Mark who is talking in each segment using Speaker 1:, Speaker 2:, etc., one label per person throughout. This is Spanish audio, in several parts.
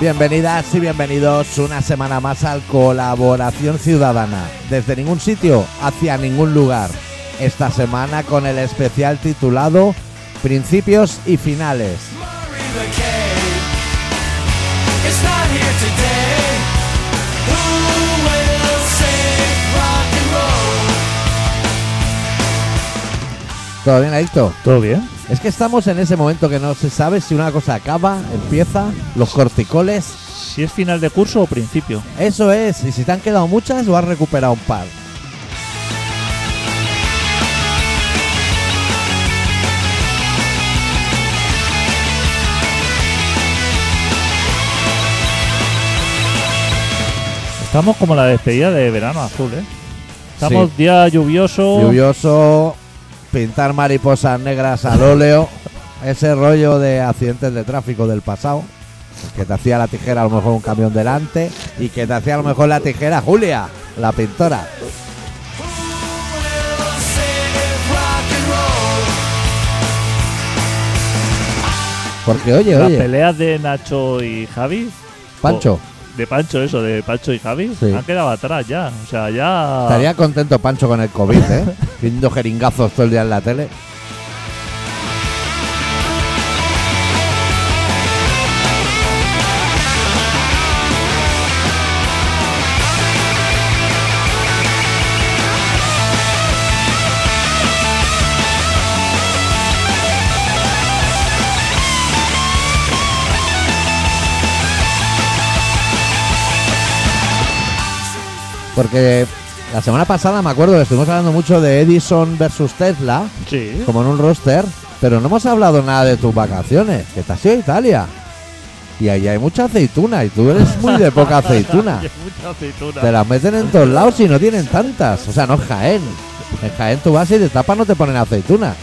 Speaker 1: Bienvenidas y bienvenidos una semana más al Colaboración Ciudadana. Desde ningún sitio, hacia ningún lugar. Esta semana con el especial titulado Principios y Finales.
Speaker 2: Murray McKay is not here today. Who will save rock and roll?
Speaker 1: ¿Todo bien, Adicto?
Speaker 3: ¿Todo bien?
Speaker 1: Es que estamos en ese momento que no se sabe si una cosa acaba, empieza, los corticoles.
Speaker 3: Si es final de curso o principio.
Speaker 1: Eso es, y si te han quedado muchas o has recuperado un par.
Speaker 3: Estamos como la despedida de verano azul, ¿eh? Estamos día lluvioso.
Speaker 1: Lluvioso, pintar mariposas negras al óleo, ese rollo de accidentes de tráfico del pasado, que te hacía la tijera a lo mejor un camión delante y que te hacía a lo mejor la tijera Julia, la pintora.
Speaker 2: Who will save rock and roll?
Speaker 1: Porque oye,
Speaker 3: Las
Speaker 1: oye,
Speaker 3: peleas de Nacho y Javi.
Speaker 1: Pancho,
Speaker 3: o- De Pancho, eso, de Pancho y Javi.
Speaker 1: Sí.
Speaker 3: Han quedado atrás ya. O sea, ya.
Speaker 1: estaría contento Pancho con el COVID, ¿eh? Viendo jeringazos todo el día en la tele. Porque la semana pasada me acuerdo que estuvimos hablando mucho de Edison versus Tesla,
Speaker 3: Sí.
Speaker 1: como en un roster, pero no hemos hablado nada de tus vacaciones, que te has ido a Italia. Y ahí hay mucha aceituna, y tú eres muy de poca aceituna.
Speaker 3: Hay mucha aceituna.
Speaker 1: Te las meten en todos lados y no tienen tantas. O sea, no en Jaén. En Jaén tú vas y de tapa no te ponen aceituna.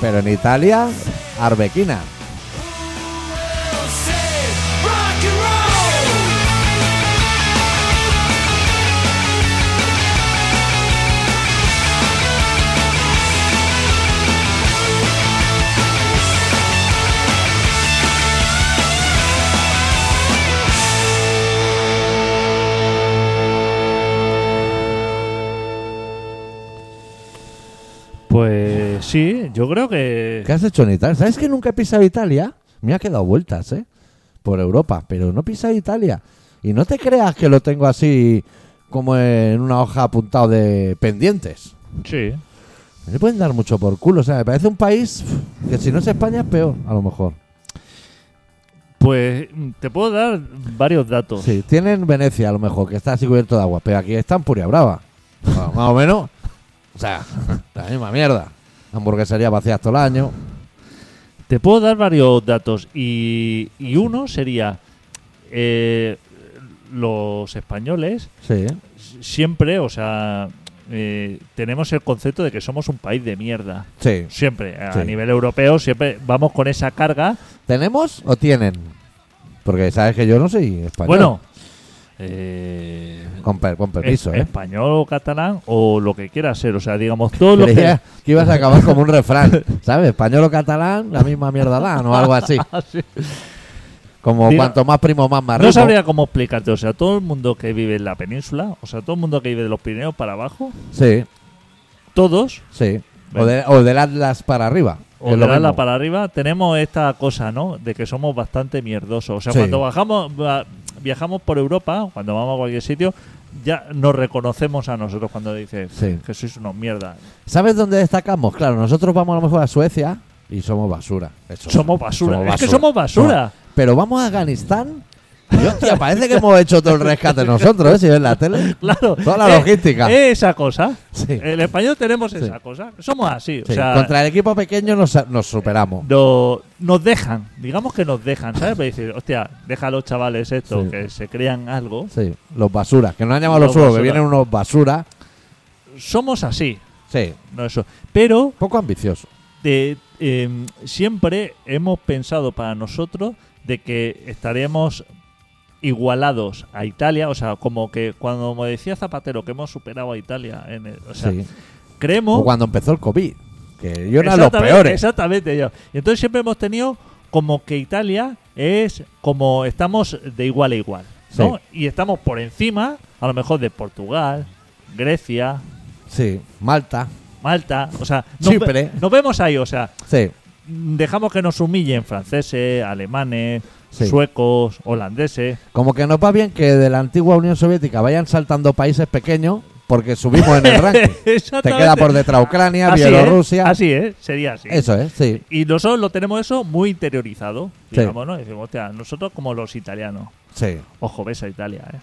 Speaker 1: Pero en Italia, arbequina.
Speaker 2: Will save rock and roll?
Speaker 3: Pues sí, yo creo que.
Speaker 1: ¿Qué has hecho en Italia? ¿Sabes que nunca he pisado Italia? Me ha quedado vueltas, ¿eh? Por Europa, pero no he pisado Italia. Y no te creas que lo tengo así como en una hoja apuntado de pendientes.
Speaker 3: Sí.
Speaker 1: Me le pueden dar mucho por culo. O sea, me parece un país pf, que si no es España es peor, a lo mejor.
Speaker 3: Pues mm, te puedo dar varios datos.
Speaker 1: Sí, tienen Venecia a lo mejor, que está así cubierto de agua, pero aquí está en Puria Brava. Bueno, más o menos. O sea, la misma mierda. Hamburguesería vacías todo el año.
Speaker 3: Te puedo dar varios datos y, y uno sería eh, los españoles
Speaker 1: Sí,
Speaker 3: siempre, o sea, eh, tenemos el concepto de que somos un país de mierda.
Speaker 1: sí.
Speaker 3: Siempre, a
Speaker 1: Sí.
Speaker 3: nivel europeo, siempre vamos con esa carga.
Speaker 1: ¿Tenemos o tienen? Porque sabes que yo no soy español.
Speaker 3: Bueno, eh,
Speaker 1: Con, per- con permiso,
Speaker 3: es-
Speaker 1: ¿eh?
Speaker 3: español o catalán o lo que quiera ser, o sea, digamos, todo lo que...
Speaker 1: Creía que ibas a acabar como un refrán, ¿sabes? Español o catalán, la misma mierda dan o algo así. Como
Speaker 3: Diga-
Speaker 1: cuanto más primo, más marrón.
Speaker 3: Ah, No sabría cómo explicarte, o sea, todo el mundo que vive en la península, o sea, todo el mundo que vive de los Pirineos para abajo,
Speaker 1: Sí,
Speaker 3: todos
Speaker 1: sí. O,
Speaker 3: Ven.
Speaker 1: de- o del Atlas para arriba.
Speaker 3: O
Speaker 1: es
Speaker 3: de
Speaker 1: lo
Speaker 3: la ala
Speaker 1: mismo.
Speaker 3: para arriba, tenemos esta cosa, ¿no? De que somos bastante mierdosos. O sea,
Speaker 1: Sí.
Speaker 3: cuando bajamos, va- viajamos por Europa, cuando vamos a cualquier sitio, ya nos reconocemos a nosotros cuando dices
Speaker 1: Sí.
Speaker 3: que sois unos mierda.
Speaker 1: ¿Sabes dónde destacamos? Claro, nosotros vamos a lo mejor a Suecia y somos basura. Eso.
Speaker 3: Somos basura. Es que somos basura.
Speaker 1: Pero vamos a Afganistán. Y hostia, parece que hemos hecho todo el rescate nosotros, ¿eh? Si ves la tele.
Speaker 3: Claro.
Speaker 1: Toda la
Speaker 3: Eh,
Speaker 1: logística.
Speaker 3: eh, esa cosa.
Speaker 1: Sí.
Speaker 3: El español tenemos
Speaker 1: Sí.
Speaker 3: esa cosa. Somos así.
Speaker 1: Sí,
Speaker 3: O sea,
Speaker 1: Contra el equipo pequeño nos, nos superamos.
Speaker 3: no- nos dejan. Digamos que nos dejan, ¿sabes? Pero decir, hostia, deja a los chavales esto,
Speaker 1: Sí.
Speaker 3: que se crean algo.
Speaker 1: Sí, los basuras. Que nos han llamado los
Speaker 3: Los
Speaker 1: suelos, que
Speaker 3: basura.
Speaker 1: vienen unos basuras.
Speaker 3: Somos así.
Speaker 1: Sí,
Speaker 3: No eso. Pero
Speaker 1: poco ambicioso.
Speaker 3: de, eh, siempre hemos pensado para nosotros de que estaríamos igualados a Italia, o sea, como que cuando me decía Zapatero que hemos superado a Italia, en el- o sea,
Speaker 1: Sí.
Speaker 3: creemos
Speaker 1: O cuando empezó el COVID. Que yo era los
Speaker 3: Exactamente,
Speaker 1: peores.
Speaker 3: Exactamente, yo. Y entonces siempre hemos tenido como que Italia es como estamos de igual a igual, ¿no? Y estamos por encima, a lo mejor, de Portugal, Grecia,
Speaker 1: Sí, Malta.
Speaker 3: Malta, o sea, nos, ve-
Speaker 1: Chipre.
Speaker 3: nos vemos ahí, o sea,
Speaker 1: Sí,
Speaker 3: mm, dejamos que nos humillen franceses, alemanes,
Speaker 1: Sí.
Speaker 3: suecos, holandeses.
Speaker 1: como que nos va bien que de la antigua Unión Soviética vayan saltando países pequeños porque subimos en el ranking. Te
Speaker 3: Exactamente.
Speaker 1: queda por detrás Ucrania,
Speaker 3: este Así es,
Speaker 1: Bielorrusia.
Speaker 3: así es, sería así.
Speaker 1: Eso es, sí.
Speaker 3: Y nosotros lo tenemos eso muy interiorizado,
Speaker 1: Sí.
Speaker 3: digamos, ¿no? Y decimos, hostia, nosotros como los italianos.
Speaker 1: Sí,
Speaker 3: Ojo, ves a Italia, ¿eh?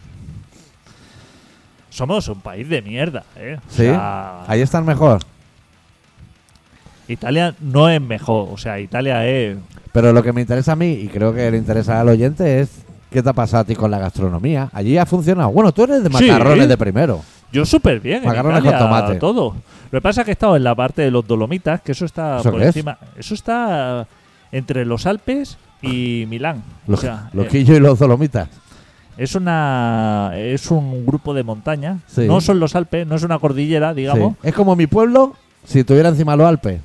Speaker 3: Somos un país de mierda, ¿eh? O
Speaker 1: sí.
Speaker 3: sea,
Speaker 1: Ahí están mejor.
Speaker 3: Italia no es mejor, o sea, Italia es...
Speaker 1: Pero lo que me interesa a mí, y creo que le interesa al oyente, es qué te ha pasado a ti con la gastronomía. Allí ha funcionado. Bueno, tú eres de
Speaker 3: Sí.
Speaker 1: macarrones de primero.
Speaker 3: Yo súper bien, en
Speaker 1: Macarrones
Speaker 3: Italia,
Speaker 1: con tomate.
Speaker 3: todo. Lo que pasa es que he estado en la parte de los Dolomitas, que eso está
Speaker 1: ¿Eso
Speaker 3: por
Speaker 1: qué es?
Speaker 3: encima... Eso está entre los Alpes y Milán.
Speaker 1: Los,
Speaker 3: o sea,
Speaker 1: los
Speaker 3: eh,
Speaker 1: quillos y los dolomitas.
Speaker 3: Es una es un grupo de montaña.
Speaker 1: Sí.
Speaker 3: No son los Alpes, no es una cordillera, digamos.
Speaker 1: Sí. Es como mi pueblo si tuviera encima los Alpes.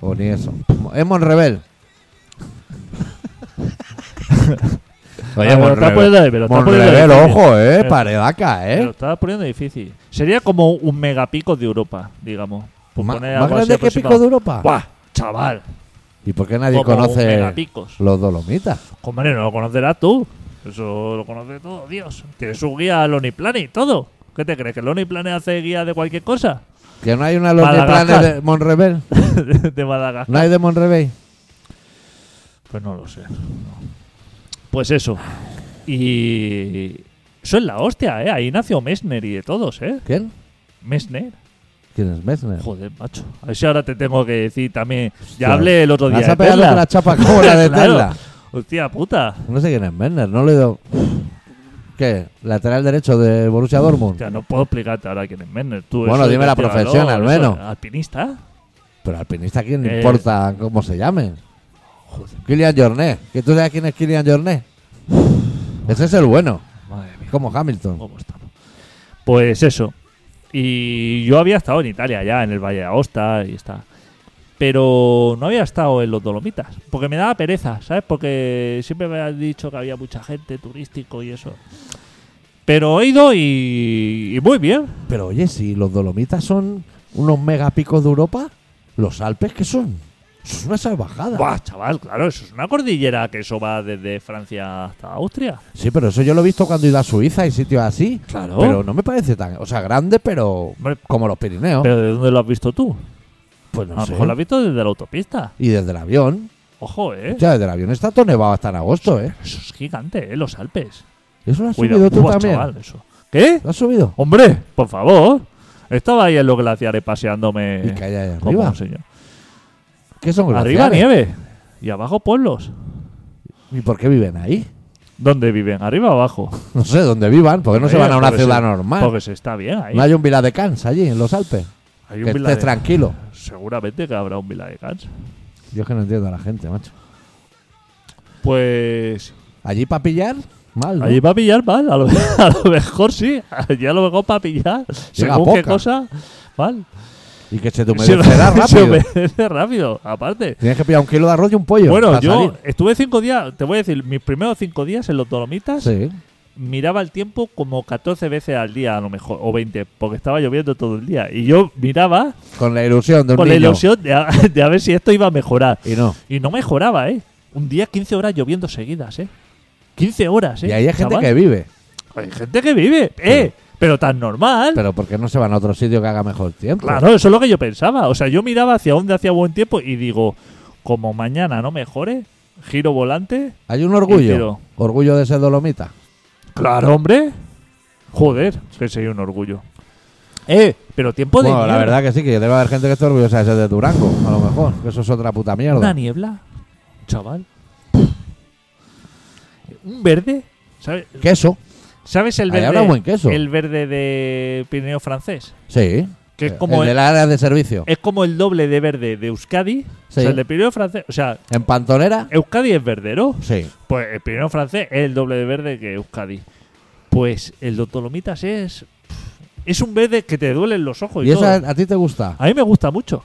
Speaker 1: O ni eso. Es Monrebel.
Speaker 3: Ah, me lo está poniendo, me lo está poniendo
Speaker 1: Monrebel,
Speaker 3: difícil.
Speaker 1: ojo, eh.
Speaker 3: Eh,
Speaker 1: Paredaca,
Speaker 3: Me lo
Speaker 1: eh.
Speaker 3: está poniendo difícil. Sería como un megapico de Europa, digamos. Por
Speaker 1: Ma-
Speaker 3: poner
Speaker 1: más
Speaker 3: algo así
Speaker 1: grande que Pico
Speaker 3: aproximado.
Speaker 1: de Europa.
Speaker 3: ¡Buah! Chaval.
Speaker 1: ¿Y por qué Ah. nadie
Speaker 3: como
Speaker 1: conoce
Speaker 3: megapicos.
Speaker 1: los Dolomitas?
Speaker 3: Hombre, no lo conocerás tú. Eso lo conoce todo, Dios. Tiene su guía Lonely Planet y todo. ¿Qué te crees? ¿Que Lonely Planet hace guía de cualquier cosa?
Speaker 1: Que no hay una Lonely
Speaker 3: Madagascar.
Speaker 1: de Monrebel.
Speaker 3: de Madagascar.
Speaker 1: No hay de Monrebel.
Speaker 3: Pues no lo sé. no. Pues eso. Y. Eso es la hostia, ¿eh? Ahí nació Messner y de todos, ¿eh?
Speaker 1: ¿Quién?
Speaker 3: Messner.
Speaker 1: ¿Quién es Messner?
Speaker 3: Joder, macho. A ver si ahora te tengo que decir también.
Speaker 1: Hostia,
Speaker 3: Ya hablé el otro día.
Speaker 1: Vas a
Speaker 3: De
Speaker 1: pegarle
Speaker 3: Tesla.
Speaker 1: con la chapa como la de
Speaker 3: Claro.
Speaker 1: Tesla.
Speaker 3: Hostia puta.
Speaker 1: No sé quién es Messner, no le he dado. ¿Qué? ¿Lateral derecho de Borussia Dortmund?
Speaker 3: Hostia, no puedo explicarte ahora quién es Messner. Tú,
Speaker 1: Bueno,
Speaker 3: eso
Speaker 1: dime la
Speaker 3: investigador,
Speaker 1: profesión, al
Speaker 3: eso,
Speaker 1: menos.
Speaker 3: ¿Alpinista?
Speaker 1: Pero alpinista, ¿quién le
Speaker 3: Eh.
Speaker 1: importa cómo se llame?
Speaker 3: Joder,
Speaker 1: Kylian Jornet. ¿Que tú sabes quién es Kylian Jornet? Ese es el bueno.
Speaker 3: madre mía,
Speaker 1: Como Hamilton.
Speaker 3: cómo estamos. Pues eso. Y yo había estado en Italia ya, en el Valle de Aosta y está. Pero no había estado en los Dolomitas. Porque me daba pereza, ¿sabes? Porque siempre me habían dicho que había mucha gente turístico y eso. Pero he ido y, y muy bien.
Speaker 1: Pero oye, si los Dolomitas son unos megapicos de Europa, ¿los Alpes qué son? Eso es una salvajada.
Speaker 3: Buah, chaval, claro, eso es una cordillera que eso va desde Francia hasta Austria.
Speaker 1: Sí, pero eso yo lo he visto cuando he ido a Suiza y sitios así.
Speaker 3: Claro.
Speaker 1: Pero no me parece tan. O sea, grande, pero.
Speaker 3: Hombre,
Speaker 1: Como los Pirineos.
Speaker 3: ¿Pero de dónde lo has visto tú?
Speaker 1: pues no
Speaker 3: A lo
Speaker 1: sé.
Speaker 3: mejor lo has visto desde la autopista.
Speaker 1: Y desde el avión.
Speaker 3: Ojo, ¿eh?
Speaker 1: Ya, desde el avión está todo nevado hasta en agosto, ¿eh?
Speaker 3: Eso es gigante, ¿eh? Los Alpes.
Speaker 1: Eso lo has
Speaker 3: Cuidado,
Speaker 1: subido tú
Speaker 3: buah,
Speaker 1: también.
Speaker 3: chaval, eso. ¿Qué?
Speaker 1: Lo has subido.
Speaker 3: Hombre, por favor. Estaba ahí en los glaciares paseándome.
Speaker 1: y que hay ahí
Speaker 3: como
Speaker 1: arriba.
Speaker 3: un señor.
Speaker 1: ¿Qué son
Speaker 3: Arriba
Speaker 1: glaciares?
Speaker 3: nieve y abajo pueblos.
Speaker 1: ¿Y por qué viven ahí?
Speaker 3: ¿Dónde viven? ¿Arriba o abajo?
Speaker 1: No sé dónde vivan, porque no se
Speaker 3: Oye,
Speaker 1: van a una
Speaker 3: porque se-
Speaker 1: ciudad normal.
Speaker 3: Porque se está bien ahí.
Speaker 1: No hay un Vila de Cans allí en los Alpes.
Speaker 3: Hay
Speaker 1: Que
Speaker 3: Villa
Speaker 1: estés
Speaker 3: de-
Speaker 1: tranquilo.
Speaker 3: Seguramente que habrá un Vila de Cans.
Speaker 1: Yo es que no entiendo a la gente, macho.
Speaker 3: Pues
Speaker 1: Allí para pillar, mal. ¿no?
Speaker 3: Allí va a pillar mal, a lo, a lo mejor sí, allí a lo mejor para pillar, según qué
Speaker 1: poca.
Speaker 3: cosa, mal.
Speaker 1: Y que se te
Speaker 3: Se-
Speaker 1: humedecerá rápido.
Speaker 3: Se humedece rápido, aparte.
Speaker 1: Tienes que pillar un kilo de arroz y un pollo.
Speaker 3: Bueno,
Speaker 1: para
Speaker 3: yo
Speaker 1: salir.
Speaker 3: estuve cinco días, te voy a decir, mis primeros cinco días en los Dolomitas
Speaker 1: Sí.
Speaker 3: miraba el tiempo como 14 veces al día, a lo mejor, o 20, porque estaba lloviendo todo el día. Y yo miraba
Speaker 1: Con la ilusión de un
Speaker 3: con la
Speaker 1: niño.
Speaker 3: ilusión de a, de a ver si esto iba a mejorar.
Speaker 1: Y no.
Speaker 3: Y no mejoraba, ¿eh? Un día 15 horas lloviendo seguidas, ¿eh? 15 horas, ¿eh?
Speaker 1: Y ahí hay gente
Speaker 3: chaval.
Speaker 1: que vive.
Speaker 3: Hay gente que vive, ¿eh? Pero tan normal.
Speaker 1: Pero ¿por qué no se van a otro sitio que haga mejor tiempo?
Speaker 3: Claro, eso es lo que yo pensaba. O sea, yo miraba hacia dónde hacía buen tiempo y digo, como mañana no mejore, giro volante.
Speaker 1: Hay un
Speaker 3: Y
Speaker 1: orgullo.
Speaker 3: tiro.
Speaker 1: Orgullo de ser dolomita.
Speaker 3: Claro, hombre. Joder, es que sería un orgullo. Eh, pero tiempo de
Speaker 1: Bueno, la
Speaker 3: niebla.
Speaker 1: verdad que sí, que debe haber gente que esté orgullosa de ser de Durango, a lo mejor. que Eso es otra puta
Speaker 3: Una
Speaker 1: mierda.
Speaker 3: niebla, chaval. Un verde, ¿sabes?
Speaker 1: Queso.
Speaker 3: ¿Sabes el
Speaker 1: Ahí
Speaker 3: verde?
Speaker 1: habrá buen queso.
Speaker 3: El verde de Pirineo francés.
Speaker 1: Sí.
Speaker 3: Que es
Speaker 1: el,
Speaker 3: como el- Eh.
Speaker 1: del área de servicio.
Speaker 3: Es como el doble de verde de Euskadi. O
Speaker 1: Sí.
Speaker 3: sea, el de Pirineo francés. O sea,
Speaker 1: ¿En Pantonera?
Speaker 3: Euskadi es verdero.
Speaker 1: Sí.
Speaker 3: Pues el Pirineo francés es el doble de verde que Euskadi. Pues el de Dolomitas es. Es un verde que te duelen los ojos y,
Speaker 1: ¿Y eso
Speaker 3: todo.
Speaker 1: a, a ti te gusta?
Speaker 3: A mí me gusta mucho.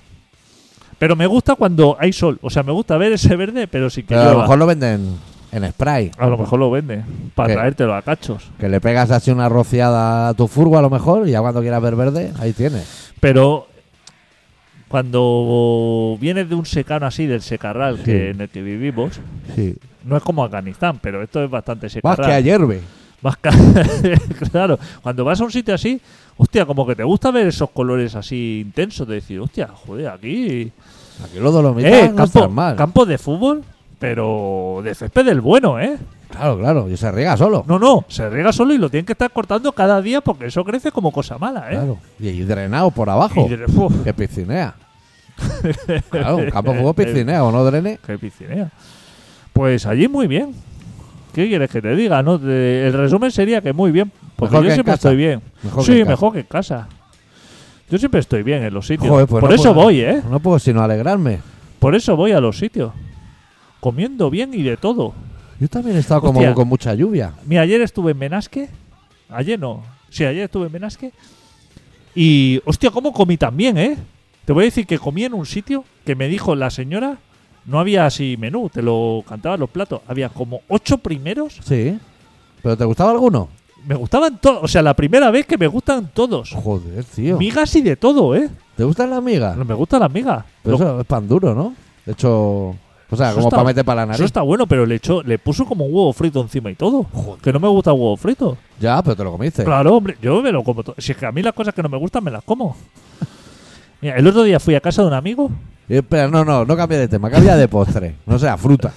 Speaker 3: Pero me gusta cuando hay sol. O sea, me gusta ver ese verde, pero sin que
Speaker 1: Pero a lo
Speaker 3: llueva.
Speaker 1: mejor lo venden en spray.
Speaker 3: A lo mejor lo vende para
Speaker 1: ¿Qué?
Speaker 3: traértelo a cachos.
Speaker 1: Que le pegas así una rociada a tu furgo a lo mejor y ya cuando quieras ver verde, ahí tienes.
Speaker 3: Pero cuando vienes de un secano así, del secarral
Speaker 1: Sí.
Speaker 3: que, en el que vivimos,
Speaker 1: Sí.
Speaker 3: no es como Afganistán, pero esto es bastante
Speaker 1: Más
Speaker 3: secarral.
Speaker 1: que a hierve.
Speaker 3: Más ca- claro, cuando vas a un sitio así, hostia, como que te gusta ver esos colores así intensos, de decir, hostia, joder, aquí...
Speaker 1: Aquí los dolomitas
Speaker 3: Eh,
Speaker 1: no
Speaker 3: campo,
Speaker 1: están mal.
Speaker 3: campo de fútbol, pero de césped del bueno, ¿eh?
Speaker 1: Claro, claro. Y se riega solo.
Speaker 3: No, no, se riega solo y lo tienen que estar cortando cada día porque eso crece como cosa mala, ¿eh?
Speaker 1: Claro. Y, y drenado por
Speaker 3: Y
Speaker 1: abajo.
Speaker 3: diré, "Uf,
Speaker 1: Que piscinea. claro, un campo de
Speaker 3: Eh,
Speaker 1: fútbol piscinea o no drene.
Speaker 3: qué piscinea. Pues allí muy bien. ¿Qué quieres que te diga? No, Te- el resumen sería que muy bien, porque
Speaker 1: Mejor que
Speaker 3: yo
Speaker 1: en
Speaker 3: siempre
Speaker 1: casa.
Speaker 3: estoy bien.
Speaker 1: Mejor que
Speaker 3: sí,
Speaker 1: en casa.
Speaker 3: mejor que en casa. Yo siempre estoy bien en los sitios.
Speaker 1: Joder, pues
Speaker 3: Por
Speaker 1: no
Speaker 3: eso
Speaker 1: puedo-
Speaker 3: voy, ¿eh?
Speaker 1: No puedo sino alegrarme.
Speaker 3: Por eso voy a los sitios. Comiendo bien y de todo.
Speaker 1: Yo también he estado como
Speaker 3: Hostia.
Speaker 1: con mucha lluvia.
Speaker 3: Mira, ayer estuve en Menasque. Ayer no. Sí, ayer estuve en Menasque. Y, hostia, ¿cómo comí también, eh? Te voy a decir que comí en un sitio que me dijo la señora. No había así menú, te lo cantaban los platos. Había como ocho primeros.
Speaker 1: Sí. ¿Pero te gustaba alguno?
Speaker 3: Me gustaban todos. O sea, la primera vez que me gustan todos.
Speaker 1: Joder, tío.
Speaker 3: Migas y de todo, ¿eh?
Speaker 1: ¿Te gustan las migas?
Speaker 3: Me gustan las migas.
Speaker 1: Pero
Speaker 3: Lo-
Speaker 1: eso es pan duro, ¿no? De hecho, o sea,
Speaker 3: Eso
Speaker 1: como
Speaker 3: está-
Speaker 1: para meter para la
Speaker 3: eso
Speaker 1: nariz.
Speaker 3: está bueno, pero le, echó, le puso como un huevo frito encima y todo.
Speaker 1: Joder.
Speaker 3: Que no me gusta el huevo frito.
Speaker 1: Ya, pero te lo comiste.
Speaker 3: Claro, hombre, yo me lo como todo. Si es que a mí las cosas que no me gustan, me las como. Mira, el otro día fui a casa de un amigo.
Speaker 1: Y espera, Eh, no, no, no cambie de tema, cambia de postre. No sea fruta.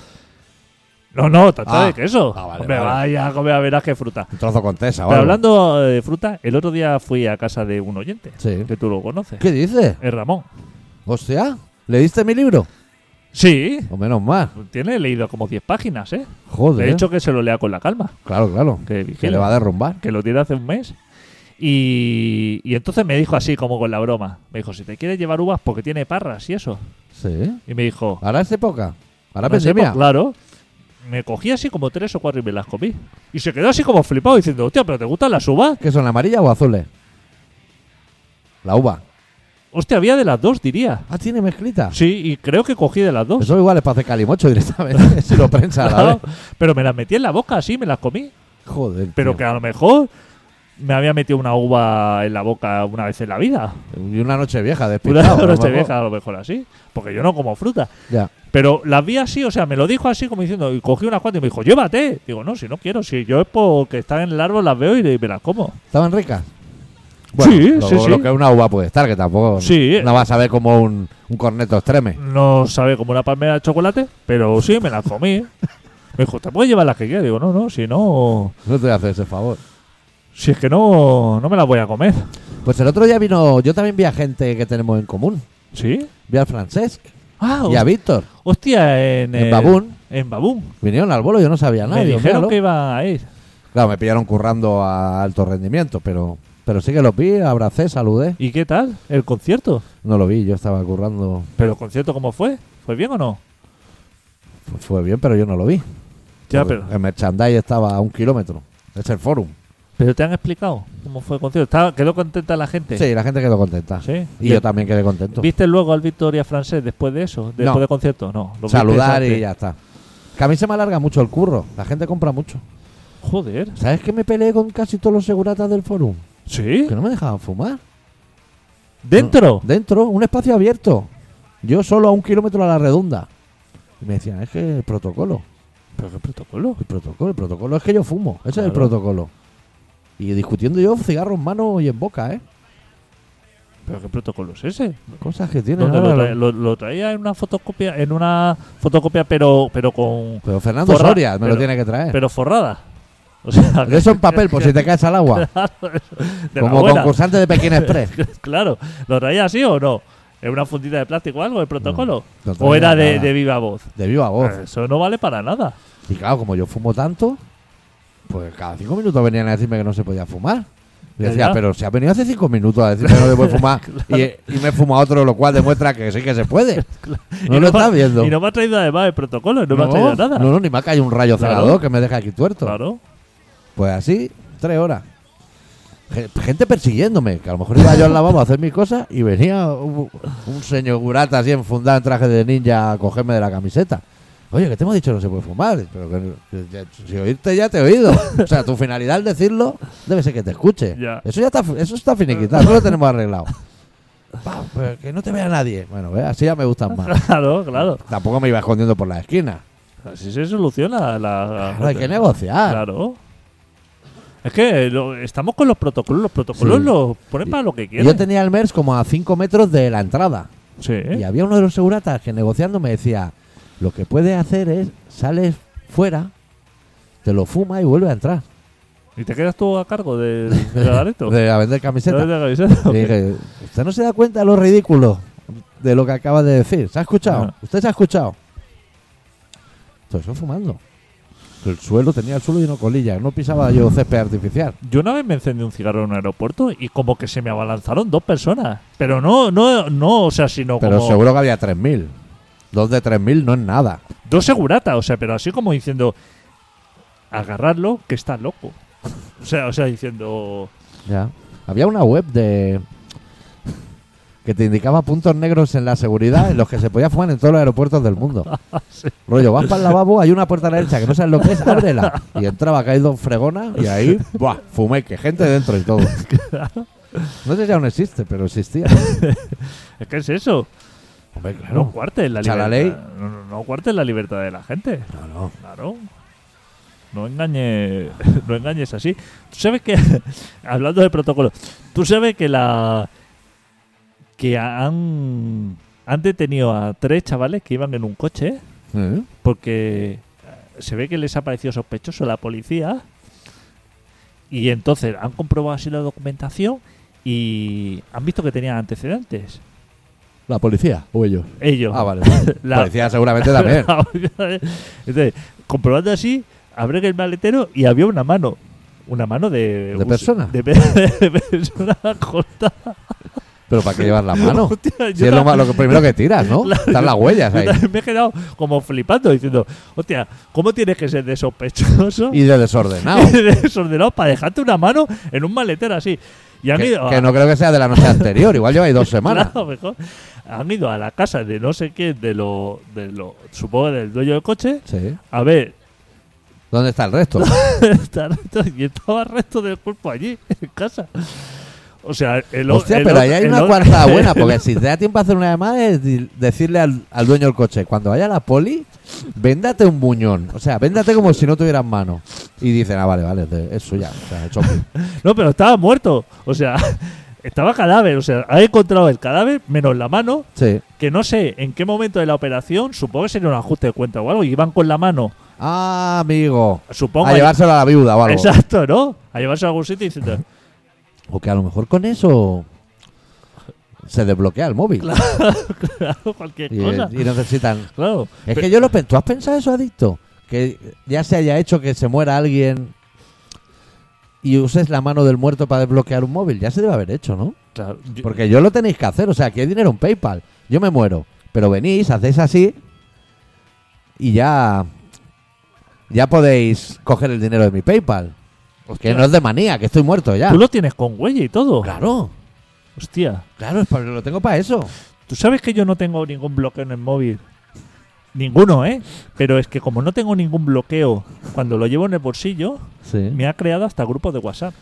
Speaker 3: No, no, tanto
Speaker 1: Ah.
Speaker 3: de queso.
Speaker 1: Ah, vale,
Speaker 3: hombre,
Speaker 1: vale. Ah,
Speaker 3: vaya a comer, verás qué fruta.
Speaker 1: Un trozo con tesa,
Speaker 3: Pero
Speaker 1: o algo.
Speaker 3: hablando eh, de fruta, el otro día fui a casa de un oyente.
Speaker 1: Sí.
Speaker 3: Que tú lo conoces.
Speaker 1: ¿Qué dices?
Speaker 3: Es Ramón.
Speaker 1: Hostia, ¿le diste mi libro?
Speaker 3: Sí.
Speaker 1: O menos mal.
Speaker 3: Tiene leído como 10 páginas, ¿eh?
Speaker 1: Joder.
Speaker 3: De hecho, que se lo lea con la calma.
Speaker 1: claro, claro.
Speaker 3: Que
Speaker 1: Que
Speaker 3: vigila.
Speaker 1: le va a derrumbar.
Speaker 3: que lo tiene hace un mes. Y, y entonces me dijo así, como con la broma. Me dijo, si te quieres llevar uvas porque tiene parras y eso.
Speaker 1: Sí.
Speaker 3: Y me dijo,
Speaker 1: Ahora es época. Ahora
Speaker 3: No sé,
Speaker 1: pandemia.
Speaker 3: pues, Claro. Me cogí así como tres o cuatro y me las comí. Y se quedó así como flipado diciendo, hostia, pero ¿te gustan las uvas?
Speaker 1: ¿Qué son, amarillas o azules? La uva.
Speaker 3: Hostia, había de las dos, diría.
Speaker 1: Ah, tiene mezclita.
Speaker 3: Sí, y creo que cogí de las dos.
Speaker 1: Eso igual es para hacer calimocho directamente. si lo prensa a la
Speaker 3: Claro.
Speaker 1: vez.
Speaker 3: Pero me las metí en la boca así, me las comí.
Speaker 1: Joder.
Speaker 3: Pero
Speaker 1: tío.
Speaker 3: que a lo mejor me había metido una uva en la boca una vez en la vida.
Speaker 1: Y una noche vieja
Speaker 3: Una
Speaker 1: despistado. a lo
Speaker 3: noche
Speaker 1: mejor.
Speaker 3: vieja, a lo mejor así. Porque yo no como fruta.
Speaker 1: Ya.
Speaker 3: Pero las vi así, o sea, me lo dijo así como diciendo, y cogí unas cuantas y me dijo, llévate. Digo, no, si no quiero, si yo es porque están en el árbol, las veo y me las como.
Speaker 1: ¿Estaban ricas?
Speaker 3: Sí,
Speaker 1: lo,
Speaker 3: sí,
Speaker 1: lo
Speaker 3: sí.
Speaker 1: que una uva puede estar, que tampoco
Speaker 3: Sí.
Speaker 1: no vas a ver como un, un corneto extreme.
Speaker 3: No sabe como una palmera de chocolate, pero sí, me la comí. Me dijo, ¿te puedes llevar las que quieras? Digo, no, no, si no.
Speaker 1: No te voy a hacer ese favor.
Speaker 3: Si es que no, no me las voy a comer.
Speaker 1: Pues el otro día vino, yo también vi a gente que tenemos en común.
Speaker 3: ¿Sí?
Speaker 1: Vi al Francesc
Speaker 3: Ah,
Speaker 1: y a Víctor.
Speaker 3: hostia, en.
Speaker 1: En Ah,
Speaker 3: el-
Speaker 1: Babún.
Speaker 3: En Babún.
Speaker 1: Vinieron al bolo, yo no sabía nada.
Speaker 3: Me
Speaker 1: digo,
Speaker 3: dijeron
Speaker 1: míralo.
Speaker 3: que iba a ir.
Speaker 1: Claro, me pillaron currando a alto rendimiento, pero, pero sí que los vi, abracé, saludé.
Speaker 3: ¿Y qué tal? ¿El concierto?
Speaker 1: No lo vi, yo estaba currando.
Speaker 3: ¿Pero el concierto cómo fue? ¿Fue bien o no?
Speaker 1: Pues fue bien, pero yo no lo vi.
Speaker 3: Ya,
Speaker 1: Porque
Speaker 3: pero.
Speaker 1: El merchandise estaba a un kilómetro. Es el forum.
Speaker 3: Pero te han explicado cómo fue el concierto. Estaba- ¿Quedó contenta la gente?
Speaker 1: Sí, la gente quedó contenta.
Speaker 3: Sí.
Speaker 1: Y
Speaker 3: Le-
Speaker 1: yo también quedé contento.
Speaker 3: ¿Viste luego al Victoria Francés después de eso? Después
Speaker 1: No.
Speaker 3: del concierto, no. lo viste
Speaker 1: Saludar y
Speaker 3: antes.
Speaker 1: ya está. Que a mí se me alarga mucho el curro. La gente compra mucho.
Speaker 3: Joder.
Speaker 1: ¿Sabes que me peleé con casi todos los seguratas del forum?
Speaker 3: ¿Sí?
Speaker 1: Que no me dejaban fumar.
Speaker 3: ¿Dentro?
Speaker 1: Dentro, un espacio abierto. Yo solo a un kilómetro a la redonda. Y me decían, es que el protocolo.
Speaker 3: ¿Pero qué protocolo?
Speaker 1: El protocolo, el protocolo es que yo fumo. Ese es el
Speaker 3: Claro.
Speaker 1: protocolo. Y discutiendo yo, cigarro en mano y en boca, ¿eh?
Speaker 3: ¿Pero qué protocolo es ese?
Speaker 1: Cosas que tienen.
Speaker 3: ¿Dónde
Speaker 1: ahora
Speaker 3: lo,
Speaker 1: los-
Speaker 3: trae- lo- lo traía en una fotocopia, en una fotocopia pero pero con
Speaker 1: Pero Fernando
Speaker 3: Forra-
Speaker 1: Soria me
Speaker 3: pero-
Speaker 1: lo tiene que traer.
Speaker 3: pero forrada. O sea,
Speaker 1: de eso en papel, por si te caes al agua.
Speaker 3: de la
Speaker 1: Como
Speaker 3: buena.
Speaker 1: concursante de Pekín Express.
Speaker 3: Claro, ¿lo traía así o no? ¿En una fundita de plástico o algo el protocolo?
Speaker 1: No, no
Speaker 3: ¿O
Speaker 1: traía
Speaker 3: era de,
Speaker 1: nada. Oh.
Speaker 3: de viva voz? Pues
Speaker 1: De viva voz.
Speaker 3: Eso no vale para nada.
Speaker 1: Y claro, como yo fumo tanto, pues cada cinco minutos venían a decirme que no se podía fumar. Y
Speaker 3: Ya,
Speaker 1: decía,
Speaker 3: ya.
Speaker 1: pero si has venido hace cinco minutos a decirme que no se puede fumar y, y me he fumado otro, lo cual demuestra que sí que se puede. No
Speaker 3: Y
Speaker 1: lo
Speaker 3: me ha-
Speaker 1: estás viendo.
Speaker 3: Y no me ha traído además el protocolo, no, me ha traído nada.
Speaker 1: no, no, ni me ha caído un rayo
Speaker 3: Claro.
Speaker 1: cegador que me deja aquí tuerto.
Speaker 3: Claro.
Speaker 1: Pues así, tres horas. Ge- Gente persiguiéndome, que a lo mejor iba yo al lavabo a hacer mis cosas y venía un, un señor gurata así enfundado en traje de ninja a cogerme de la camiseta. Oye, que te hemos dicho no se puede fumar, pero que- que ya- si oírte ya te he oído. O sea, tu finalidad al decirlo debe ser que te escuche.
Speaker 3: Ya.
Speaker 1: Eso ya está, eso está finiquitado, eso lo tenemos arreglado. Pa, pero que no te vea nadie. Bueno, ve, así ya me gustan más.
Speaker 3: Claro, claro.
Speaker 1: Tampoco me iba escondiendo por la esquina.
Speaker 3: Así se soluciona la.
Speaker 1: Claro, hay que negociar.
Speaker 3: Claro. Es que lo- estamos con los protocolos. Los protocolos
Speaker 1: Sí.
Speaker 3: los ponen para lo que
Speaker 1: Y
Speaker 3: quieren.
Speaker 1: yo tenía el MERS como a 5 metros de la entrada.
Speaker 3: Sí.
Speaker 1: Y había uno de los seguratas que negociando me decía, lo que puedes hacer es, sales fuera, te lo fuma y vuelve a entrar.
Speaker 3: ¿Y te quedas tú a cargo del del galeto?
Speaker 1: De, a vender camisetas.
Speaker 3: ¿De la camiseta?
Speaker 1: Y dije, usted no se da cuenta de lo ridículo de lo que acaba de decir. ¿Se ha escuchado?
Speaker 3: Ajá.
Speaker 1: ¿Usted se ha escuchado? Todo eso fumando. El suelo tenía el suelo lleno de colillas. No pisaba yo césped artificial.
Speaker 3: Yo una vez me encendí un cigarro en un aeropuerto y como que se me abalanzaron dos personas. Pero no, no, no, o sea, sino
Speaker 1: Pero
Speaker 3: como
Speaker 1: seguro que había 3.000. Dos de 3.000 no es nada.
Speaker 3: dos seguratas, o sea, pero así como diciendo, agarrarlo, que está loco. O sea, o sea, diciendo,
Speaker 1: Ya. Había una web de que te indicaba puntos negros en la seguridad en los que se podía fumar en todos los aeropuertos del mundo. Rollo, vas para el lavabo, hay una puerta a la derecha que no sabes lo que es, ábrela. Y entraba caído dos fregona y ahí, ¡buah! Fumé, que gente dentro y todo. No sé si aún existe, pero existía.
Speaker 3: es que es eso.
Speaker 1: Hombre,
Speaker 3: No cuartes la
Speaker 1: O sea, la
Speaker 3: libertad.
Speaker 1: ley-
Speaker 3: No, no, no cuartes la libertad de la gente.
Speaker 1: No, no.
Speaker 3: Claro. No engañes, no engañes así. Tú sabes que, hablando de protocolo, tú sabes que la. que han. han detenido a tres chavales que iban en un coche
Speaker 1: ¿Eh?
Speaker 3: porque se ve que les ha parecido sospechoso la policía. Y entonces han comprobado así la documentación y han visto que tenían antecedentes.
Speaker 1: ¿La policía o ellos?
Speaker 3: Ellos.
Speaker 1: Ah, vale. La
Speaker 3: La-
Speaker 1: policía seguramente también.
Speaker 3: Entonces, comprobando así, abre el maletero y había una mano. Una mano de.
Speaker 1: ¿De persona?
Speaker 3: De, pe- de persona cortada.
Speaker 1: Pero ¿para qué llevas la mano?
Speaker 3: Hostia,
Speaker 1: Si
Speaker 3: yo
Speaker 1: es lo,
Speaker 3: ta-
Speaker 1: más- lo que- primero que tiras, ¿no?
Speaker 3: Claro,
Speaker 1: Están las huellas
Speaker 3: yo
Speaker 1: ahí.
Speaker 3: también me he quedado como flipando diciendo, hostia, ¿cómo tienes que ser de sospechoso
Speaker 1: Y de desordenado.
Speaker 3: y de desordenado para dejarte una mano en un maletero así? Y han
Speaker 1: Que,
Speaker 3: ido.
Speaker 1: que
Speaker 3: a-
Speaker 1: no creo que sea de la noche anterior, igual lleváis dos semanas.
Speaker 3: Claro, mejor. Han ido a la casa de no sé quién, de lo, de lo, supongo que del dueño del coche,
Speaker 1: Sí.
Speaker 3: a ver
Speaker 1: ¿Dónde está el resto?
Speaker 3: Está resto- y estaba el resto del cuerpo allí, en casa. O sea, el o-
Speaker 1: Hostia,
Speaker 3: el
Speaker 1: pero
Speaker 3: o-
Speaker 1: ahí hay
Speaker 3: el
Speaker 1: una
Speaker 3: o-
Speaker 1: cuarta buena, porque si te da tiempo a hacer una llamada es di- decirle al, al dueño del coche, cuando vaya a la poli, véndate un buñón. O sea, véndate como si no tuvieras mano. Y dicen, ah, vale, vale, de- es suya. O sea, es Chopi.
Speaker 3: No, pero estaba muerto. O sea, estaba cadáver. O sea, ha encontrado el cadáver menos la mano,
Speaker 1: Sí.
Speaker 3: que no sé en qué momento de la operación, supongo que sería un ajuste de cuenta o algo, y iban con la mano,
Speaker 1: Ah, amigo.
Speaker 3: supongo.
Speaker 1: a llevárselo a la viuda o algo.
Speaker 3: Exacto, ¿no? A llevarse a algún sitio y diciendo,
Speaker 1: O que a lo mejor con eso se desbloquea el móvil.
Speaker 3: claro, cualquier
Speaker 1: Y,
Speaker 3: cosa.
Speaker 1: y necesitan
Speaker 3: Claro.
Speaker 1: Es
Speaker 3: Pe-
Speaker 1: que yo lo pe- ¿Tú has pensado eso, adicto? Que ya se haya hecho que se muera alguien y uses la mano del muerto para desbloquear un móvil. Ya se debe haber hecho, ¿no?
Speaker 3: claro, yo-
Speaker 1: Porque yo lo tenéis que hacer. O sea, aquí hay dinero en PayPal. Yo me muero. Pero venís, hacéis así y ya. Ya podéis coger el dinero de mi PayPal.
Speaker 3: hostia,
Speaker 1: Que no es de manía, que estoy muerto ya.
Speaker 3: Tú lo tienes con huella y todo.
Speaker 1: Claro,
Speaker 3: Hostia.
Speaker 1: claro, es para- lo tengo para eso.
Speaker 3: Tú sabes que yo no tengo ningún bloqueo en el móvil. Ninguno, ¿eh? Pero es que como no tengo ningún bloqueo cuando lo llevo en el bolsillo,
Speaker 1: Sí.
Speaker 3: me ha creado hasta grupos de WhatsApp.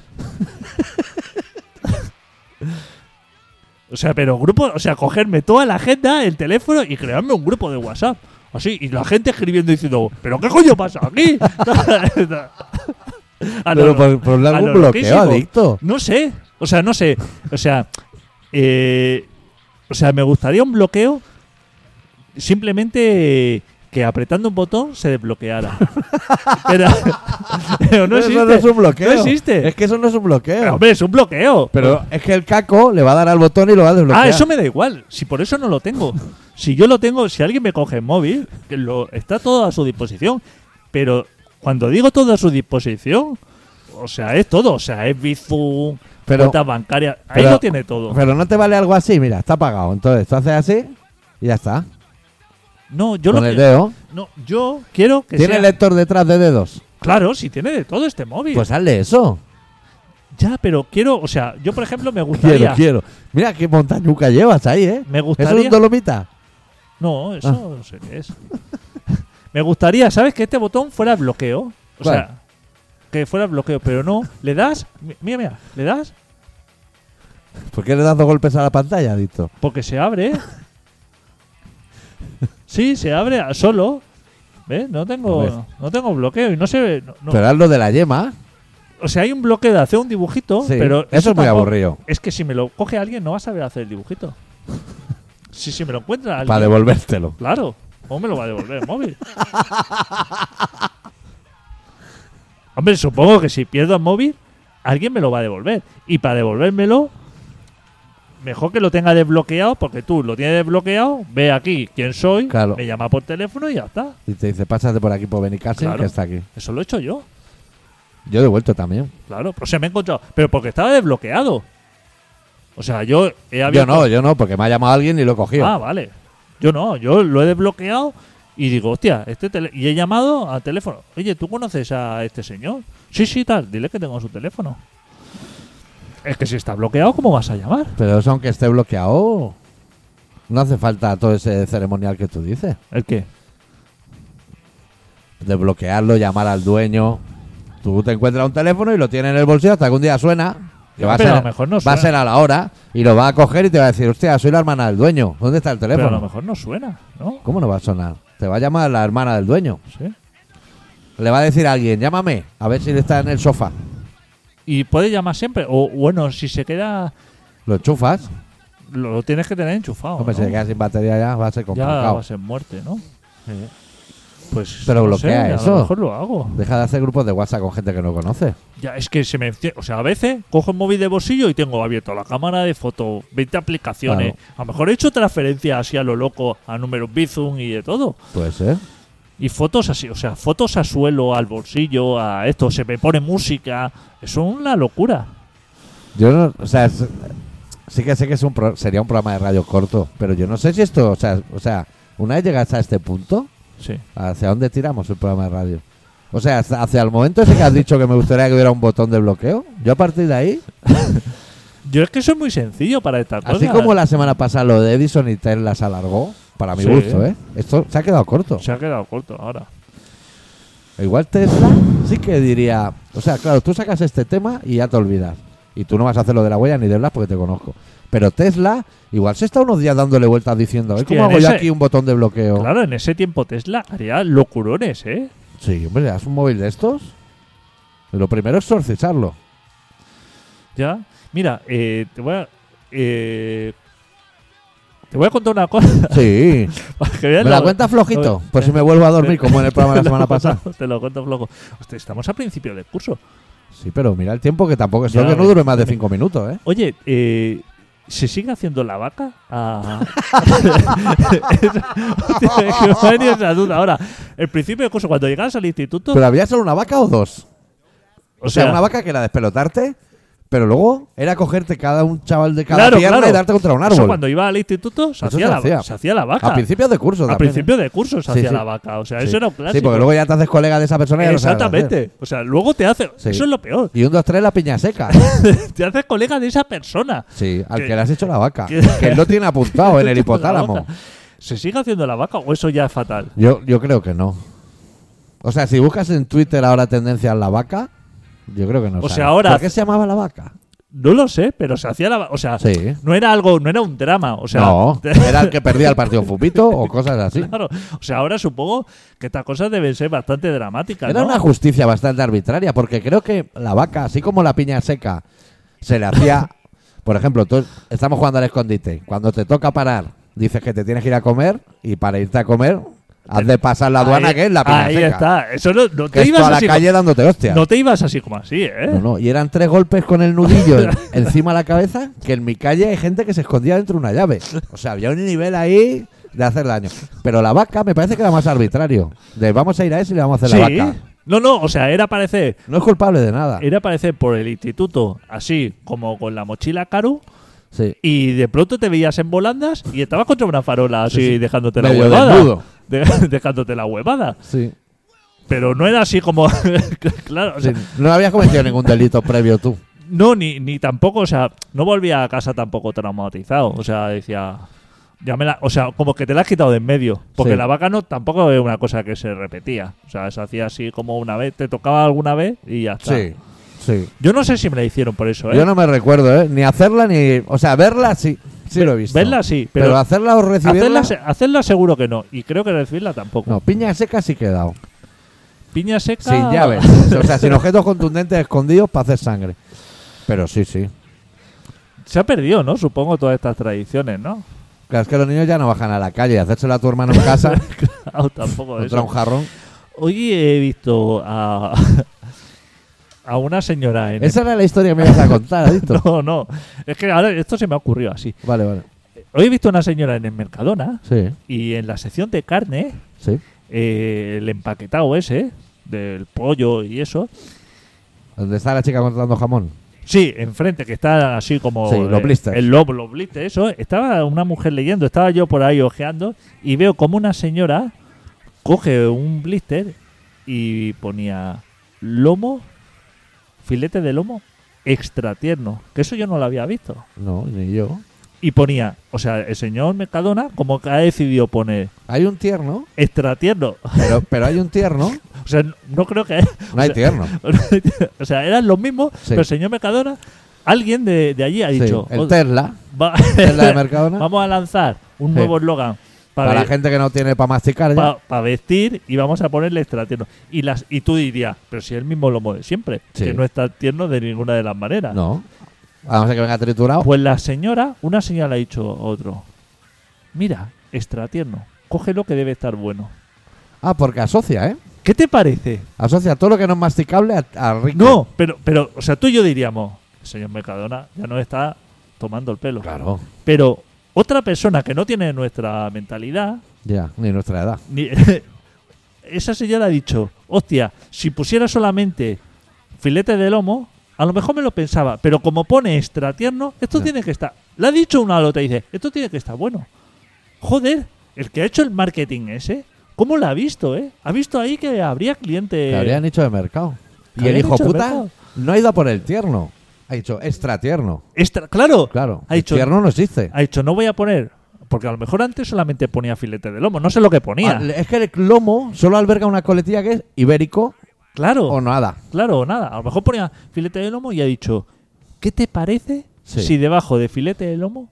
Speaker 3: o sea, pero grupo, o sea, cogerme toda la agenda, el teléfono y crearme un grupo de WhatsApp. Así, y la gente escribiendo diciendo, ¿pero qué coño pasa aquí? Ah, no,
Speaker 1: Pero
Speaker 3: no.
Speaker 1: por, por
Speaker 3: a
Speaker 1: algún
Speaker 3: lo
Speaker 1: bloqueo,
Speaker 3: loquísimo.
Speaker 1: adicto.
Speaker 3: No sé, o sea, no sé. O sea, eh, o sea, me gustaría un bloqueo simplemente que apretando un botón se desbloqueara. Pero, pero no
Speaker 1: eso
Speaker 3: existe.
Speaker 1: no es un bloqueo.
Speaker 3: No existe.
Speaker 1: Es que eso no es un bloqueo.
Speaker 3: Pero, hombre, es un bloqueo.
Speaker 1: Pero es que el caco le va a dar al botón y lo va a desbloquear.
Speaker 3: Ah, eso me da igual. Si por eso no lo tengo. Si yo lo tengo, si alguien me coge el móvil, que lo, está todo a su disposición. Pero cuando digo todo a su disposición, o sea, es todo. O sea, es Bizum,
Speaker 1: Pero-
Speaker 3: cuentas bancarias. Ahí
Speaker 1: pero-
Speaker 3: lo tiene todo.
Speaker 1: Pero no te vale algo así, mira, está apagado. Entonces tú haces así y ya está.
Speaker 3: No, yo
Speaker 1: Con
Speaker 3: lo
Speaker 1: el
Speaker 3: que-
Speaker 1: dedo.
Speaker 3: No, yo quiero que
Speaker 1: Tiene
Speaker 3: sea...
Speaker 1: lector detrás de dedos.
Speaker 3: Claro, si tiene de todo este móvil.
Speaker 1: Pues hazle eso.
Speaker 3: Ya, pero quiero, o sea, yo por ejemplo me
Speaker 1: Quiero,
Speaker 3: gustaría.
Speaker 1: quiero. Mira qué montañuca llevas ahí, ¿eh?
Speaker 3: Me
Speaker 1: ¿Eso
Speaker 3: gustaría.
Speaker 1: es un Ah. dolomita?
Speaker 3: No, eso no sé qué es. Me gustaría, ¿sabes? Que este botón fuera bloqueo. O
Speaker 1: ¿Cuál?
Speaker 3: sea, que fuera bloqueo, pero no. Le das, mi- mira, mira, le das
Speaker 1: ¿Por qué le das dos golpes a la pantalla, adicto?
Speaker 3: porque se abre. Sí, se abre a- solo. ¿Ves? No
Speaker 1: A ver.
Speaker 3: tengo, no tengo bloqueo y no se ve. no- no.
Speaker 1: Pero haz lo de la yema.
Speaker 3: O sea, hay un bloqueo de hacer un dibujito,
Speaker 1: Sí,
Speaker 3: pero.
Speaker 1: eso es muy
Speaker 3: tampoco-
Speaker 1: aburrido.
Speaker 3: Es que si me lo coge alguien, no va a saber hacer el dibujito. Si, si me lo encuentra alguien.
Speaker 1: Para devolvértelo.
Speaker 3: Claro, ¿cómo me lo va a devolver el móvil? Hombre, supongo que si pierdo el móvil, alguien me lo va a devolver. Y para devolvérmelo, mejor que lo tenga desbloqueado, porque tú lo tienes desbloqueado, ve aquí quién soy,
Speaker 1: Claro.
Speaker 3: me llama por teléfono y ya está.
Speaker 1: Y te dice, pásate por aquí por Benicassin,
Speaker 3: Claro.
Speaker 1: que está aquí.
Speaker 3: Eso lo he hecho yo,
Speaker 1: Yo he devuelto también.
Speaker 3: claro. O sea, me he encontrado, pero porque estaba desbloqueado. O sea, yo he
Speaker 1: Yo
Speaker 3: abierto
Speaker 1: no, yo no, porque me ha llamado alguien y lo he cogido.
Speaker 3: Ah, vale. Yo no, yo lo he desbloqueado y digo, hostia, este tele- y he llamado al teléfono. Oye, ¿tú conoces a este señor? Sí, sí, tal, dile que tengo su teléfono. Es que si está bloqueado, ¿cómo vas a llamar?
Speaker 1: Pero eso aunque esté bloqueado, no hace falta todo ese ceremonial que tú dices.
Speaker 3: ¿El qué?
Speaker 1: Desbloquearlo, llamar al dueño. Tú te encuentras un teléfono y lo tienes en el bolsillo hasta que un día suena. Que va a,
Speaker 3: Pero
Speaker 1: ser,
Speaker 3: a lo mejor no
Speaker 1: va a
Speaker 3: suena.
Speaker 1: ser a la hora y lo va a coger y te va a decir, hostia, soy la hermana del dueño. ¿Dónde está el
Speaker 3: Pero a
Speaker 1: teléfono?
Speaker 3: lo mejor no suena, ¿no?
Speaker 1: ¿Cómo no va a sonar? Te va a llamar la hermana del dueño.
Speaker 3: Sí.
Speaker 1: Le va a decir a alguien, llámame, a ver si está en el sofá.
Speaker 3: Y puede llamar siempre. O bueno, si se queda,
Speaker 1: Lo enchufas.
Speaker 3: lo, lo tienes que tener enchufado.
Speaker 1: Hombre,
Speaker 3: ¿no?
Speaker 1: si te quedas sin batería ya va a ser
Speaker 3: ya
Speaker 1: complicado.
Speaker 3: va a ser muerte, ¿no? Pues
Speaker 1: Pero
Speaker 3: no
Speaker 1: bloquea
Speaker 3: sé, A
Speaker 1: eso.
Speaker 3: lo mejor lo hago.
Speaker 1: Deja de hacer grupos de WhatsApp con gente que no conoces.
Speaker 3: Ya, es que se me. encie- O sea, a veces cojo el móvil de bolsillo y tengo abierto la cámara de foto, 20 aplicaciones. A lo mejor he hecho transferencias así a lo loco, a números Bizum y de todo.
Speaker 1: Puede ser.
Speaker 3: Y fotos así, o sea, fotos a suelo, al bolsillo, a esto, se me pone música. Eso es una locura.
Speaker 1: Yo no, o sea, es- sí que sé que es un pro- sería un programa de radio corto, pero yo no sé si esto, o sea, o sea, una vez llegas a este punto,
Speaker 3: Sí.
Speaker 1: ¿hacia dónde tiramos el programa de radio? O sea, hasta- hacia el momento ese que has dicho que me gustaría que hubiera un botón de bloqueo, yo a partir de ahí,
Speaker 3: Yo es que soy muy sencillo para esta cosa.
Speaker 1: así como la semana pasada lo de Edison y Tesla las alargó, para mi
Speaker 3: Sí.
Speaker 1: gusto, ¿eh? Esto se ha quedado corto.
Speaker 3: Se ha quedado corto ahora.
Speaker 1: Igual Tesla sí que diría, o sea, claro, tú sacas este tema y ya te olvidas. Y tú no vas a hacer lo de la huella ni de Blas porque te conozco. Pero Tesla, igual se está unos días dándole vueltas diciendo, "Ay,
Speaker 3: Hostia,
Speaker 1: ¿cómo
Speaker 3: en
Speaker 1: hago yo
Speaker 3: ese-
Speaker 1: aquí un botón de bloqueo?
Speaker 3: Claro, en ese tiempo Tesla haría locurones, ¿eh?
Speaker 1: Sí, hombre, haz un móvil de estos. Lo primero es sorcesarlo.
Speaker 3: Ya. Mira, eh, te voy a. eh, te voy a contar una cosa.
Speaker 1: Sí.
Speaker 3: para que veas
Speaker 1: ¿Me la
Speaker 3: lo-
Speaker 1: cuentas flojito?
Speaker 3: lo-
Speaker 1: Por si me vuelvo a dormir, como en el programa de la
Speaker 3: Te lo
Speaker 1: semana
Speaker 3: cuento-
Speaker 1: pasada.
Speaker 3: Te lo cuento flojo. Hostia, estamos a principio del curso.
Speaker 1: Sí, pero mira el tiempo que tampoco es
Speaker 3: Ya,
Speaker 1: que no
Speaker 3: ves.
Speaker 1: dure más de cinco minutos, ¿eh?
Speaker 3: Oye, eh, ¿se sigue haciendo la vaca? Ah. Hostia, que me ha venido esa duda ahora. El principio del curso, cuando llegas al instituto.
Speaker 1: Pero había solo una vaca o dos.
Speaker 3: o
Speaker 1: O sea,
Speaker 3: sea,
Speaker 1: una vaca que era despelotarte, pero luego era cogerte cada un chaval de cada
Speaker 3: claro,
Speaker 1: pierna
Speaker 3: claro.
Speaker 1: y darte contra un
Speaker 3: Eso
Speaker 1: árbol.
Speaker 3: cuando iba al instituto se,
Speaker 1: Eso
Speaker 3: hacía,
Speaker 1: se
Speaker 3: la,
Speaker 1: hacía.
Speaker 3: se hacía la vaca.
Speaker 1: A principios de curso
Speaker 3: A
Speaker 1: también, ¿eh?
Speaker 3: principio de curso se
Speaker 1: Sí,
Speaker 3: hacía
Speaker 1: sí.
Speaker 3: la vaca. O sea,
Speaker 1: ¿eh?
Speaker 3: eso era un
Speaker 1: Sí,
Speaker 3: clásico.
Speaker 1: Sí, porque luego ya te haces colega de esa persona y ya lo sabes hacer.
Speaker 3: Exactamente. O sea, luego te hace.
Speaker 1: ¿eh? Sí.
Speaker 3: Eso es lo peor.
Speaker 1: Y un, dos, tres, la piña seca.
Speaker 3: te haces colega de esa persona.
Speaker 1: Sí, al
Speaker 3: Que-
Speaker 1: que le has hecho la vaca.
Speaker 3: que-
Speaker 1: Que no tiene apuntado en el hipotálamo.
Speaker 3: ¿Se sigue haciendo la vaca o eso ya es fatal?
Speaker 1: Yo, yo creo que no. O sea, si buscas en Twitter ahora tendencia a la vaca, yo creo que no.
Speaker 3: O
Speaker 1: sale.
Speaker 3: sea, ahora-
Speaker 1: ¿Por qué se llamaba la vaca?
Speaker 3: No lo sé, pero se hacía la. O sea,
Speaker 1: Sí.
Speaker 3: no era algo, no era un drama. O sea,
Speaker 1: no, era el que perdía el partido fupito o cosas así.
Speaker 3: claro. O sea, ahora supongo que estas cosas deben ser bastante dramáticas.
Speaker 1: Era
Speaker 3: ¿no?
Speaker 1: una justicia bastante arbitraria, porque creo que la vaca, así como la piña seca, se le hacía. Por ejemplo, tú- estamos jugando al escondite. Cuando te toca parar, dices que te tienes que ir a comer, y para irte a comer, has de pasar la aduana,
Speaker 3: Ahí-
Speaker 1: que es la piña
Speaker 3: Ahí
Speaker 1: seca.
Speaker 3: está. Eso no, no
Speaker 1: Que
Speaker 3: te
Speaker 1: es
Speaker 3: ibas
Speaker 1: toda la
Speaker 3: así.
Speaker 1: calle dándote hostias.
Speaker 3: como- No te ibas así como así, ¿eh?
Speaker 1: No, no, y eran tres golpes con el nudillo en- encima de la cabeza, que en mi calle hay gente que se escondía dentro de una llave. O sea, había un nivel ahí de hacer daño. Pero la vaca me parece que era más arbitrario. De vamos a ir a ese y le vamos a hacer
Speaker 3: Sí.
Speaker 1: la vaca. Ah.
Speaker 3: No, no, o sea, era parecer,
Speaker 1: No es culpable de nada.
Speaker 3: era parecer por el instituto así, como con la mochila caro,
Speaker 1: Sí.
Speaker 3: y de pronto te veías en volandas y estabas contra una farola así
Speaker 1: Sí, sí.
Speaker 3: dejándote
Speaker 1: Medio
Speaker 3: la huevada.
Speaker 1: desnudo.
Speaker 3: De- dejándote la huevada.
Speaker 1: Sí.
Speaker 3: Pero no era así como. claro, o sea,
Speaker 1: Sí, No habías cometido ningún delito previo tú.
Speaker 3: No, ni, ni tampoco, o sea, no volvía a casa tampoco traumatizado. O sea, decía. Ya me la, o sea, como que te la has quitado de en medio. Porque
Speaker 1: Sí.
Speaker 3: la vaca no tampoco es una cosa que se repetía. O sea, se hacía así como una vez, te tocaba alguna vez y ya está.
Speaker 1: Sí, sí.
Speaker 3: Yo no sé si me la hicieron por eso, ¿eh?
Speaker 1: Yo no me recuerdo, ¿eh? Ni hacerla ni. O sea, verla sí. Sí lo he visto.
Speaker 3: Verla sí,
Speaker 1: Pero,
Speaker 3: pero,
Speaker 1: hacerla o recibirla.
Speaker 3: hacerla, se- hacerla seguro que no. Y creo que recibirla tampoco.
Speaker 1: No, piña seca sí que he dado.
Speaker 3: Piña seca.
Speaker 1: Sin llaves. o sea, sin objetos contundentes escondidos para hacer sangre. Pero sí, sí.
Speaker 3: Se ha perdido, ¿no? Supongo todas estas tradiciones, ¿no?
Speaker 1: Claro, es que los niños ya no bajan a la calle. Hacérselo a tu hermano en casa
Speaker 3: Claro, Ah, tampoco
Speaker 1: contra
Speaker 3: eso.
Speaker 1: un jarrón.
Speaker 3: Hoy he visto a, a una señora en...
Speaker 1: Esa era la historia que me ibas a contar, adicto.
Speaker 3: No, no. Es que ahora esto se me ha ocurrido así.
Speaker 1: Vale, vale.
Speaker 3: Hoy he visto una señora en el Mercadona
Speaker 1: Sí,
Speaker 3: y en la sección de carne,
Speaker 1: sí.
Speaker 3: eh, el empaquetado ese, del pollo y eso.
Speaker 1: ¿Dónde está la chica comprando jamón?
Speaker 3: Sí, enfrente, que está así como...
Speaker 1: Sí, los
Speaker 3: eh,
Speaker 1: blisters.
Speaker 3: El lobo, los blisters, eso. Estaba una mujer leyendo, estaba yo por ahí ojeando y veo como una señora coge un blister y ponía lomo, filete de lomo extra tierno. Que eso yo no lo había visto.
Speaker 1: No, ni yo.
Speaker 3: Y ponía, o sea, el señor Mercadona como que ha decidido poner
Speaker 1: Hay un tierno,
Speaker 3: extra tierno.
Speaker 1: pero, pero hay un tierno.
Speaker 3: O sea, no- no creo que...
Speaker 1: No hay tierno.
Speaker 3: o sea, eran los mismos,
Speaker 1: Sí.
Speaker 3: pero el señor Mercadona, alguien de, de allí ha
Speaker 1: Sí,
Speaker 3: dicho...
Speaker 1: el
Speaker 3: "Joder,
Speaker 1: Tesla.
Speaker 3: Va-
Speaker 1: Tesla de Mercadona.
Speaker 3: vamos a lanzar un
Speaker 1: Sí.
Speaker 3: nuevo eslogan
Speaker 1: para
Speaker 3: para,
Speaker 1: la gente que no tiene para masticar ya.
Speaker 3: vestir y vamos a ponerle extra tierno. Y, las, y tú dirías, pero si es el mismo lomo de siempre,
Speaker 1: Sí.
Speaker 3: que no está tierno de ninguna de las maneras.
Speaker 1: No. A no ser que venga triturado.
Speaker 3: Pues la señora, una señora le ha dicho a otro, mira, extra tierno, cógelo que debe estar bueno.
Speaker 1: Ah, porque asocia, ¿eh?
Speaker 3: ¿Qué te parece?
Speaker 1: Asocia todo lo que no es masticable a, a rico.
Speaker 3: No, pero, pero, o sea, tú y yo diríamos, señor Mercadona, ya nos está tomando el pelo.
Speaker 1: Claro.
Speaker 3: Pero otra persona que no tiene nuestra mentalidad,
Speaker 1: Ya, ni nuestra edad.
Speaker 3: Ni- esa señora ha dicho, hostia, si pusiera solamente filete de lomo, a lo mejor me lo pensaba, pero como pone extra tierno, esto
Speaker 1: Ya.
Speaker 3: tiene que estar. Le ha dicho una a la otra y dice, esto tiene que estar bueno. Joder, el que ha hecho el marketing ese, ¿cómo lo ha visto, eh? Ha visto ahí que habría cliente.
Speaker 1: Que habrían hecho de mercado.
Speaker 3: que
Speaker 1: Y el
Speaker 3: Eh, habrían
Speaker 1: hijo
Speaker 3: hecho de
Speaker 1: puta
Speaker 3: mercado.
Speaker 1: no ha ido a por el tierno. Ha dicho extra tierno.
Speaker 3: Extra, claro,
Speaker 1: Claro.
Speaker 3: Ha
Speaker 1: el
Speaker 3: dicho- "Ah,
Speaker 1: tierno no existe.
Speaker 3: ha dicho, no voy a poner. Porque a lo mejor antes solamente ponía filete de lomo, no sé lo que ponía.
Speaker 1: Ah, Es que el lomo solo alberga una coletilla que es ibérico
Speaker 3: claro.
Speaker 1: o nada.
Speaker 3: Claro, nada. A lo mejor ponía filete de lomo y ha dicho, ¿qué te parece
Speaker 1: Sí.
Speaker 3: si debajo de filete de lomo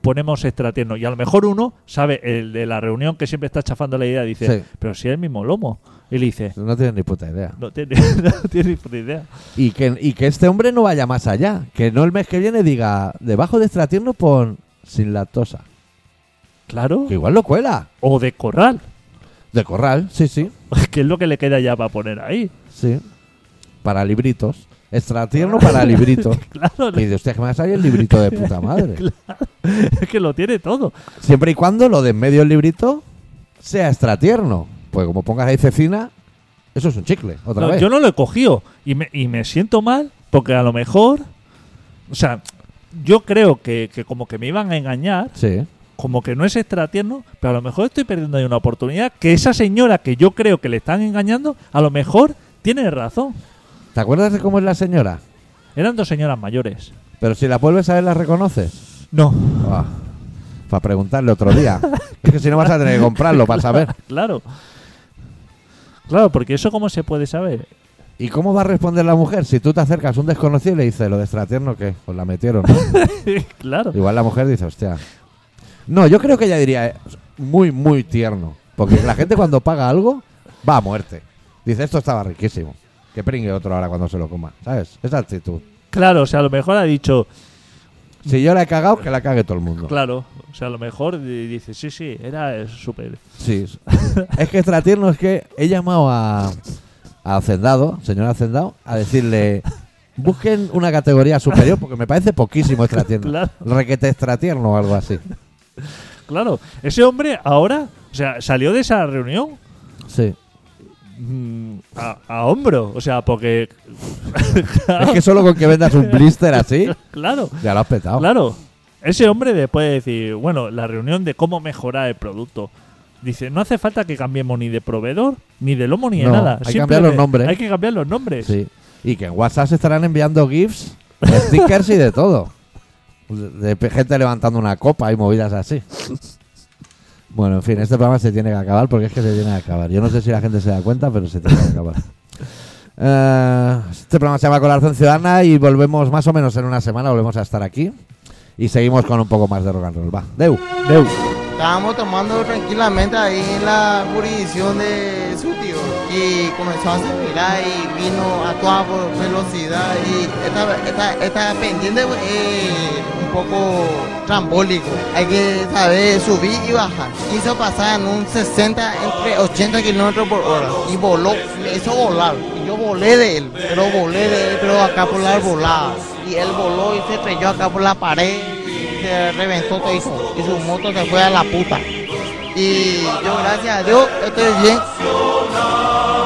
Speaker 3: ponemos extra tierno? Y a lo mejor uno sabe, el de la reunión que siempre está chafando la idea, dice,
Speaker 1: Sí.
Speaker 3: pero si es el mismo lomo. Y le dice,
Speaker 1: No tienen ni puta idea.
Speaker 3: no tiene, no tiene ni puta idea.
Speaker 1: Y que, y que este hombre no vaya más allá. Que no el mes que viene diga, debajo de extra tierno pon sin lactosa.
Speaker 3: Claro.
Speaker 1: Que igual lo cuela.
Speaker 3: O de corral,
Speaker 1: De corral, sí, sí.
Speaker 3: que es lo que le queda ya para poner ahí.
Speaker 1: Sí. Para libritos. Extra tierno para libritos.
Speaker 3: Claro,
Speaker 1: Y de usted que me va a salir el librito de puta madre.
Speaker 3: es que lo tiene todo.
Speaker 1: Siempre y cuando lo de en medio del librito sea extra tierno. Pues como pongas ahí cecina, eso es un chicle, otra
Speaker 3: No,
Speaker 1: vez.
Speaker 3: yo no lo he cogido y me, y me siento mal porque a lo mejor, o sea, yo creo que- que como que me iban a engañar
Speaker 1: Sí.
Speaker 3: como que no es extra tierno, pero a lo mejor estoy perdiendo ahí una oportunidad que esa señora que yo creo que le están engañando, a lo mejor tiene razón.
Speaker 1: ¿Te acuerdas de cómo es la señora?
Speaker 3: Eran dos señoras mayores.
Speaker 1: Pero si la vuelves a ver, la reconoces.
Speaker 3: No.
Speaker 1: para Ah, preguntarle otro día. es que si no vas a tener que comprarlo para saber.
Speaker 3: Claro. Claro, porque eso cómo se puede saber.
Speaker 1: ¿Y cómo va a responder la mujer si tú te acercas a un desconocido y le dices lo de extra tierno que os la metieron?
Speaker 3: claro.
Speaker 1: Igual la mujer dice, hostia. No, yo creo que ella diría eh, muy, muy tierno. Porque la gente cuando paga algo va a muerte. Dice, esto estaba riquísimo. Que pringue otro ahora cuando se lo coma. ¿Sabes? Esa actitud.
Speaker 3: Claro, o sea, a lo mejor ha dicho,
Speaker 1: Si yo la he cagado, que la cague todo el mundo.
Speaker 3: claro, o sea, a lo mejor di- dice, sí, sí, era eh, súper.
Speaker 1: Sí. es que extra tierno es que he llamado a, a Hacendado, señor Hacendado, a decirle. Busquen una categoría superior porque me parece poquísimo extra tierno.
Speaker 3: Claro.
Speaker 1: Requete extra tierno o algo así.
Speaker 3: Claro, ese hombre ahora, o sea, salió de esa reunión
Speaker 1: Sí.
Speaker 3: mm, a, a hombro, o sea, porque...
Speaker 1: Es que solo con que vendas un blister así,
Speaker 3: claro.
Speaker 1: ya lo has petado.
Speaker 3: Claro, ese hombre después de decir, bueno, la reunión de cómo mejorar el producto. Dice, no hace falta que cambiemos ni de proveedor, ni de lomo, ni de
Speaker 1: No,
Speaker 3: nada.
Speaker 1: hay que cambiar los
Speaker 3: Simplemente
Speaker 1: nombres.
Speaker 3: Hay que cambiar los nombres.
Speaker 1: Sí. Y que en WhatsApp se estarán enviando GIFs Stickers y de todo. De de gente levantando una copa y movidas así. Bueno, en fin, este programa se tiene que acabar porque es que se tiene que acabar. Yo no sé si la gente se da cuenta, pero se tiene que acabar. Eh, este programa se llama Corazón Ciudadana y volvemos más o menos en una semana, volvemos a estar aquí y seguimos con un poco más de rock and roll. Va, Deu.
Speaker 3: Deu.
Speaker 4: Estábamos tomando tranquilamente ahí en la jurisdicción de su tío y comenzó a acelerar y vino a toda vo- velocidad y esta, esta, esta pendiente pues, es un poco trambólico. Hay que saber subir y bajar. Quiso pasar en un 60 entre 80 kilómetros por hora y voló, me hizo volar. Y yo volé de él, pero volé de él, pero acá por la volada. Y él voló y se estrelló acá por la pared se reventó todo eso, y su moto se fue a la puta. Y yo, gracias a Dios, estoy bien.